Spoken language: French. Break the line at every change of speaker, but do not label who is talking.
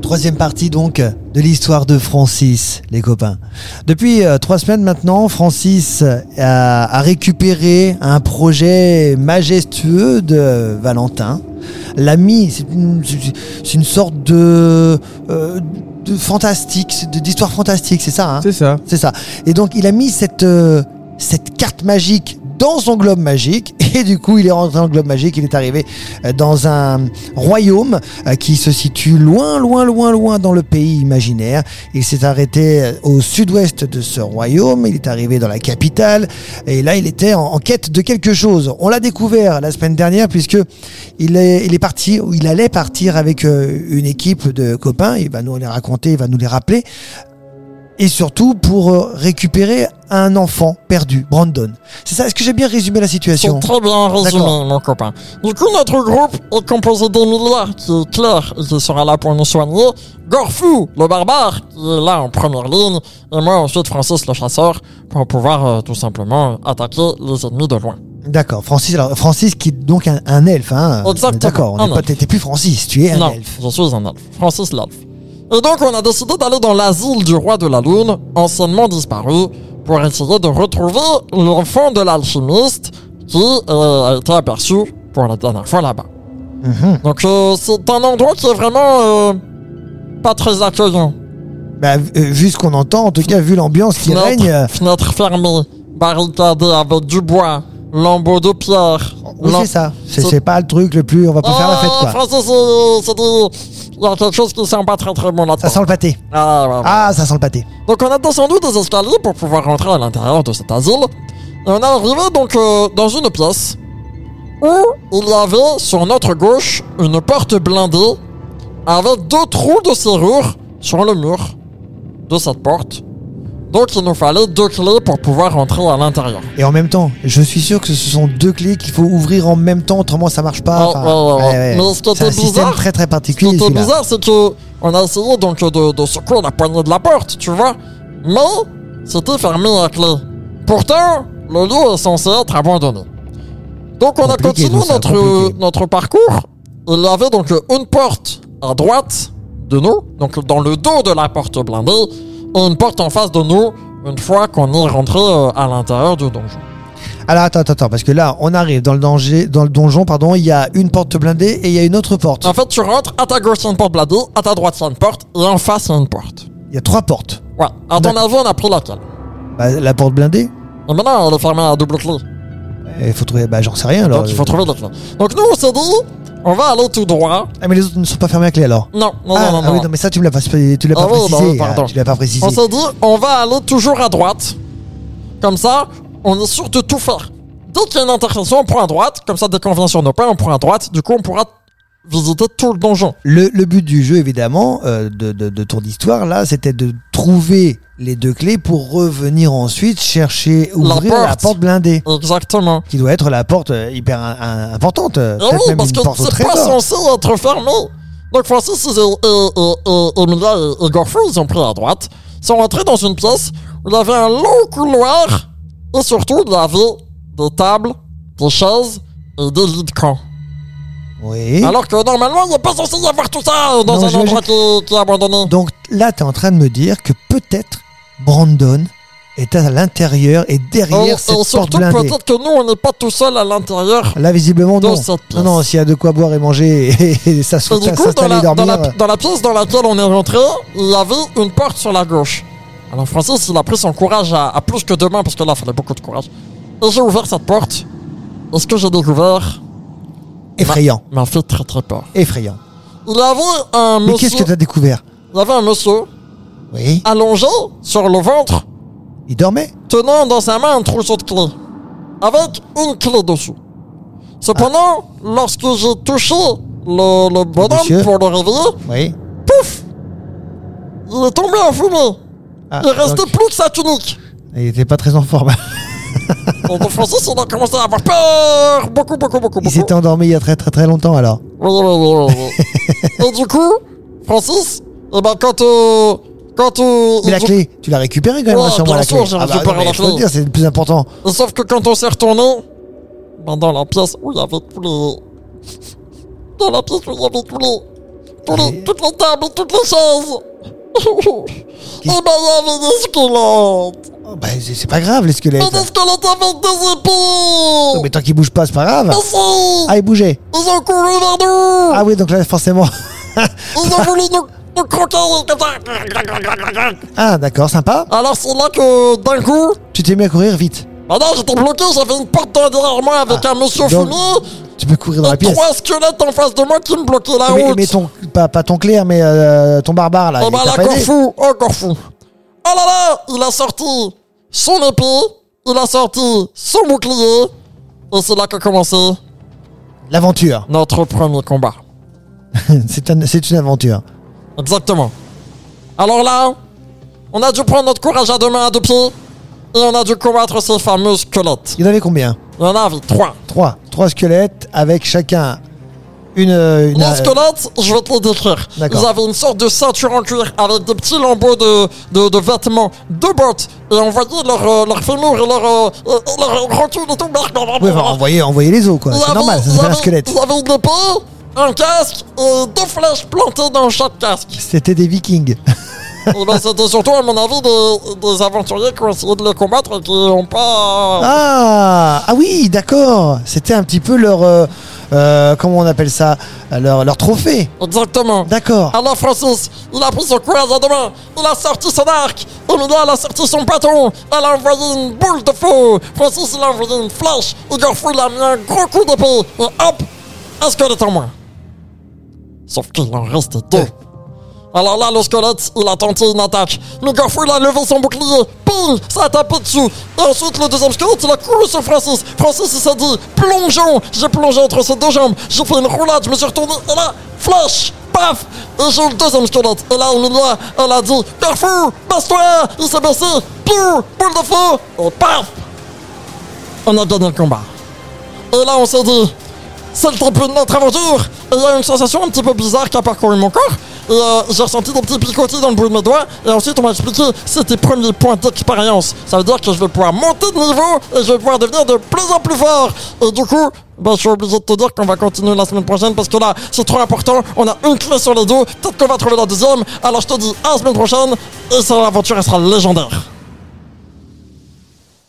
Troisième partie donc de l'histoire de Francis, les copains. Depuis euh, trois semaines maintenant, Francis a, a récupéré un projet majestueux de Valentin. L'ami, c'est une, c'est une sorte de, euh, de fantastique, c'est de- d'histoire fantastique, c'est ça hein
C'est ça.
C'est ça. Et donc il a mis cette, euh, cette carte magique dans son globe magique et du coup il est rentré dans le globe magique, il est arrivé euh, dans un royaume euh, qui se situe loin loin loin loin dans le pays imaginaire. Il s'est arrêté euh, au sud-ouest de ce royaume, il est arrivé dans la capitale et là il était en, en quête de quelque chose. On l'a découvert la semaine dernière puisque il est, il est parti, ou il allait partir avec euh, une équipe de copains, il va nous les raconter, il va nous les rappeler et surtout pour euh, récupérer un enfant perdu, Brandon. C'est ça, est-ce que j'ai bien résumé la situation
C'est très bien résumé,
D'accord.
mon copain. Du coup, notre groupe est composé d'Emilia, qui est claire et qui sera là pour nous soigner, Gorfou, le barbare, qui est là en première ligne, et moi ensuite Francis, le chasseur, pour pouvoir euh, tout simplement attaquer les ennemis de loin.
D'accord, Francis, alors, Francis qui est donc un, un elfe, hein.
Exactement,
On est D'accord, on
un
n'est pas,
elfe.
t'es t'es plus Francis, tu es un
non,
elfe.
je suis un elfe. Francis l'elfe. Et donc, on a décidé d'aller dans l'asile du roi de la lune, anciennement disparu, pour essayer de retrouver l'enfant de l'alchimiste qui euh, a été aperçu pour la dernière fois là-bas.
Mhm.
Donc, euh, c'est un endroit qui est vraiment euh, pas très accueillant.
Bah, vu- euh, vu ce qu'on entend, en tout cas, vu l'ambiance qui
Fenêtre-
règne, euh,
Fenêtre fermée, barricadée avec du bois, lambeaux de pierre.
Oh, oui,
lam-
c'est ça. C'est
c'est-
c'est pas le truc le plus, on va pas faire la fête,
Ah,
quoi.
Francis, euh, c'est dit, il y a quelque chose qui sent pas très très bon là-dedans.
Ça sent le pâté.
Ah, ouais, ouais.
Ah, ça sent le pâté.
Donc on a descendu des escaliers pour pouvoir rentrer à l'intérieur de cet asile. Et on est arrivé donc euh, dans une pièce où il y avait sur notre gauche une porte blindée avec deux trous de serrure sur le mur de cette porte. Donc il nous fallait deux clés pour pouvoir rentrer à l'intérieur.
Et en même temps, je suis sûr que ce sont deux clés qu'il faut ouvrir en même temps, autrement ça marche pas.
Ouais, ouais, ouais, ouais. oh, Mais ce qui
C'est
était
un système
bizarre-
très très
Ce qui
particulier.
était
celui-là.
bizarre, c'est que on a essayé donc euh, de, de secouer la poignée de la porte, tu vois, mais c'était fermé à clé. Pourtant, le lieu est censé être abandonné. Donc on a
Compliqué,
continué
nous, ça,
notre,
compliqué.
notre parcours. Il y avait donc une porte à droite de nous, donc dans le dos de la porte blindée, et une porte en face de nous une fois qu'on est rentré euh, à l'intérieur du donjon.
Alors attends, attends, attends, parce que là, on arrive dans le danger, dans le donjon, pardon, il y a une porte blindée et il y a une autre porte.
En fait, tu rentres, à ta gauche il y a une porte blindée, à ta droite il y a une porte, et en face il y a une porte.
Il y a trois portes.
Ouais, à ton
D'accord.
avis, on a pris laquelle
Bah, la porte blindée,
Et maintenant, elle est fermée à double clé.
il faut trouver, bah j'en sais rien alors.
donc, il faut trouver la clé. Donc, nous, on s'est dit, on va aller tout droit.
Ah mais les autres ne sont pas fermées à clé alors.
Non, non,
ah,
non, non.
ah oui,
non.
non mais ça tu me l'as pas, tu l'as
Ah
pas
oui, bah
précisé.
oui, pardon.
ah, tu l'as pas précisé.
On s'est dit, on va aller toujours à droite. Comme ça, on est sûr de tout faire. Dès qu'il y a une intersection, on prend à droite. Comme ça, dès qu'on vient sur nos pas, on prend à droite. Du coup, on pourra visiter tout le donjon.
Le, le but du jeu évidemment euh, de, de, de ton histoire là, c'était de trouver les deux clés pour revenir ensuite chercher ouvrir la porte,
porte.
blindée,
Exactement.
qui doit être la porte euh, hyper un- un- importante, euh,
Ah
peut-être
oui,
même
parce
une
que
porte au
c'est pas
trésor.
censé être fermé. Donc euh, Francis et, et, et, et Emilia et, et Gorfou, ils ont pris à droite, Ils sont entrés dans une pièce où il y avait un long couloir et surtout il y avait des tables, des chaises et des lits de camp.
Oui.
Alors que normalement il n'y a pas censé y avoir tout ça dans
Non,
un endroit
j'imagine-
qui, qui est abandonné.
Donc là, tu es en train de me dire que peut-être Brandon est à l'intérieur et
Et,
derrière
et
cette porte
Euh, Oh, surtout
blindée.
peut-être que nous on n'est pas tout seul à l'intérieur.
Là, visiblement, non.
Dans cette pièce.
Non, non, s'il y a de quoi boire et manger et, et s'as-
Et du coup, dans
s'installer
la,
et
dans,
dormir.
la, dans la pièce dans laquelle on est rentré, il y avait une porte sur la gauche. Alors Francis, il a pris son courage à, à plus que deux mains, parce que là, il fallait beaucoup de courage. Et j'ai ouvert cette porte. Et ce que j'ai découvert
euh, Effrayant.
m'a fait très très peur.
Effrayant.
Il y avait un
Mais
monsieur,
qu'est-ce que tu as découvert
il y avait un monsieur
Oui.
allongé sur le ventre,
Il dormait
tenant dans sa main un trousseau de clés, avec une clé dessus. Cependant, lorsque j'ai touché le, le bonhomme
Ah. Monsieur.
pour le réveiller,
Oui.
pouf Euh, Il est tombé en fumée.
Ah,
Il restait
donc,
plus que sa tunique.
il était pas très en forme.
Donc Francis, on a commencé à avoir peur. Beaucoup, beaucoup, beaucoup,
Il
beaucoup.
s'était endormi il y a très très très longtemps alors.
Oui, oui, oui, oui, oui. Et du coup, Francis, eh ben, quand... euh, quand euh,
Mais la
du-
clé, tu l'as récupérée quand même,
Ouais,
rassure-moi
bien
la
sûr,
clé.
Oh, j'ai
Ah bah,
récupéré
non, mais
la
je peux te
clé.
dire, c'est le plus important.
Sauf que quand on s'est retourné, ben, dans la pièce où il y avait tous les... Dans la pièce où il y avait tous les... tous les- toutes les tables, toutes les chaises. Et ben, il y avait des squelettes.
Oh, bah, c'est c'est pas grave, les squelettes.
Mais des squelettes avec des épées.
Oh, mais tant qu'ils bougent pas, c'est pas grave.
Mais si,
Ah, ils bougeaient.
ils ont couru vers nous.
Ah oui, donc là, forcément.
Ils ont voulu nous, nous croquer. comme ça.
Ah, d'accord, sympa.
Alors c'est là que d'un coup,
Tu t'es mis à courir vite.
ah non, j'étais bloqué, j'avais une porte derrière moi avec un monsieur
Ah. donc,
fumé
Tu peux courir dans la
et
pièce.
trois squelettes en face de moi qui me bloquaient la
Mais,
route.
mais ton, pas, pas ton clair, mais euh, ton barbare là.
Oh
il
bah
t'a
là,
pas aidé.
Corfou, oh Corfou. Oh là là, il a sorti son épée, il a sorti son bouclier, et c'est là qu'a commencé
L'aventure.
notre premier combat.
c'est un- c'est une aventure.
Exactement. Alors là, on a dû prendre notre courage à deux mains à deux pieds, et on a dû combattre ces fameux squelettes.
Il y en avait combien
Il y en avait trois.
Trois. Trois squelettes avec chacun une. euh, une
Les
euh,
squelettes, je vais te les décrire.
D'accord.
Ils avaient une sorte de ceinture en cuir avec des petits lambeaux de, de, de vêtements, de bottes, et on voyait leur, euh, leur fémur et leur, euh, euh, leur recul et tout.
euh, ouais, enfin, envoyer, envoyer les os quoi.
Ils
C'est
avaient-
normal, ça
ils
s'appelle un
avaient-
squelette.
Ils avaient une épée, un casque et deux flèches plantées dans chaque casque.
C'était des vikings.
et ben, c'était surtout, à mon avis, des, des aventuriers qui ont essayé de les combattre et qui n'ont pas.
Ah, ah oui, d'accord. C'était un petit peu leur. euh, euh, comment on appelle ça leur, leur trophée.
Exactement.
D'accord.
Alors Francis, il a pris son courage à deux mains, il a sorti son arc, Emilia elle a sorti son bâton, elle a envoyé une boule de feu, Francis il a envoyé une flèche, et Garfou il a mis un gros coup d'épée, et hop, un squelette en moins. Sauf qu'il en reste deux. Alors là, le squelette, il a tenté une attaque. Le Garfou, il a levé son bouclier. Pile, ça a tapé dessus. Et ensuite, le deuxième squelette, il a couru sur Francis. Francis, il s'est dit, plongeons. J'ai plongé entre ses deux jambes. J'ai fait une roulade, je me suis retourné. Et là, flash, paf. Et j'ai eu le deuxième squelette. Et là, Emilia, elle a dit, Garfou, baisse-toi. Il s'est baissé. Piou, boule de feu. Et paf. On a gagné le combat. Et là, on s'est dit, c'est le début de notre aventure Et il y a une sensation un petit peu bizarre qui a parcouru mon corps. Et euh, j'ai ressenti des petits picotis dans le bout de mes doigts. Et ensuite, on m'a expliqué c'est tes premiers points d'expérience. Ça veut dire que je vais pouvoir monter de niveau et je vais pouvoir devenir de plus en plus fort. Et du coup, bah, je suis obligé de te dire qu'on va continuer la semaine prochaine parce que là, c'est trop important. On a une clé sur les dos. Peut-être qu'on va trouver la deuxième. Alors, je te dis à la semaine prochaine. Et ça, l'aventure, elle sera légendaire.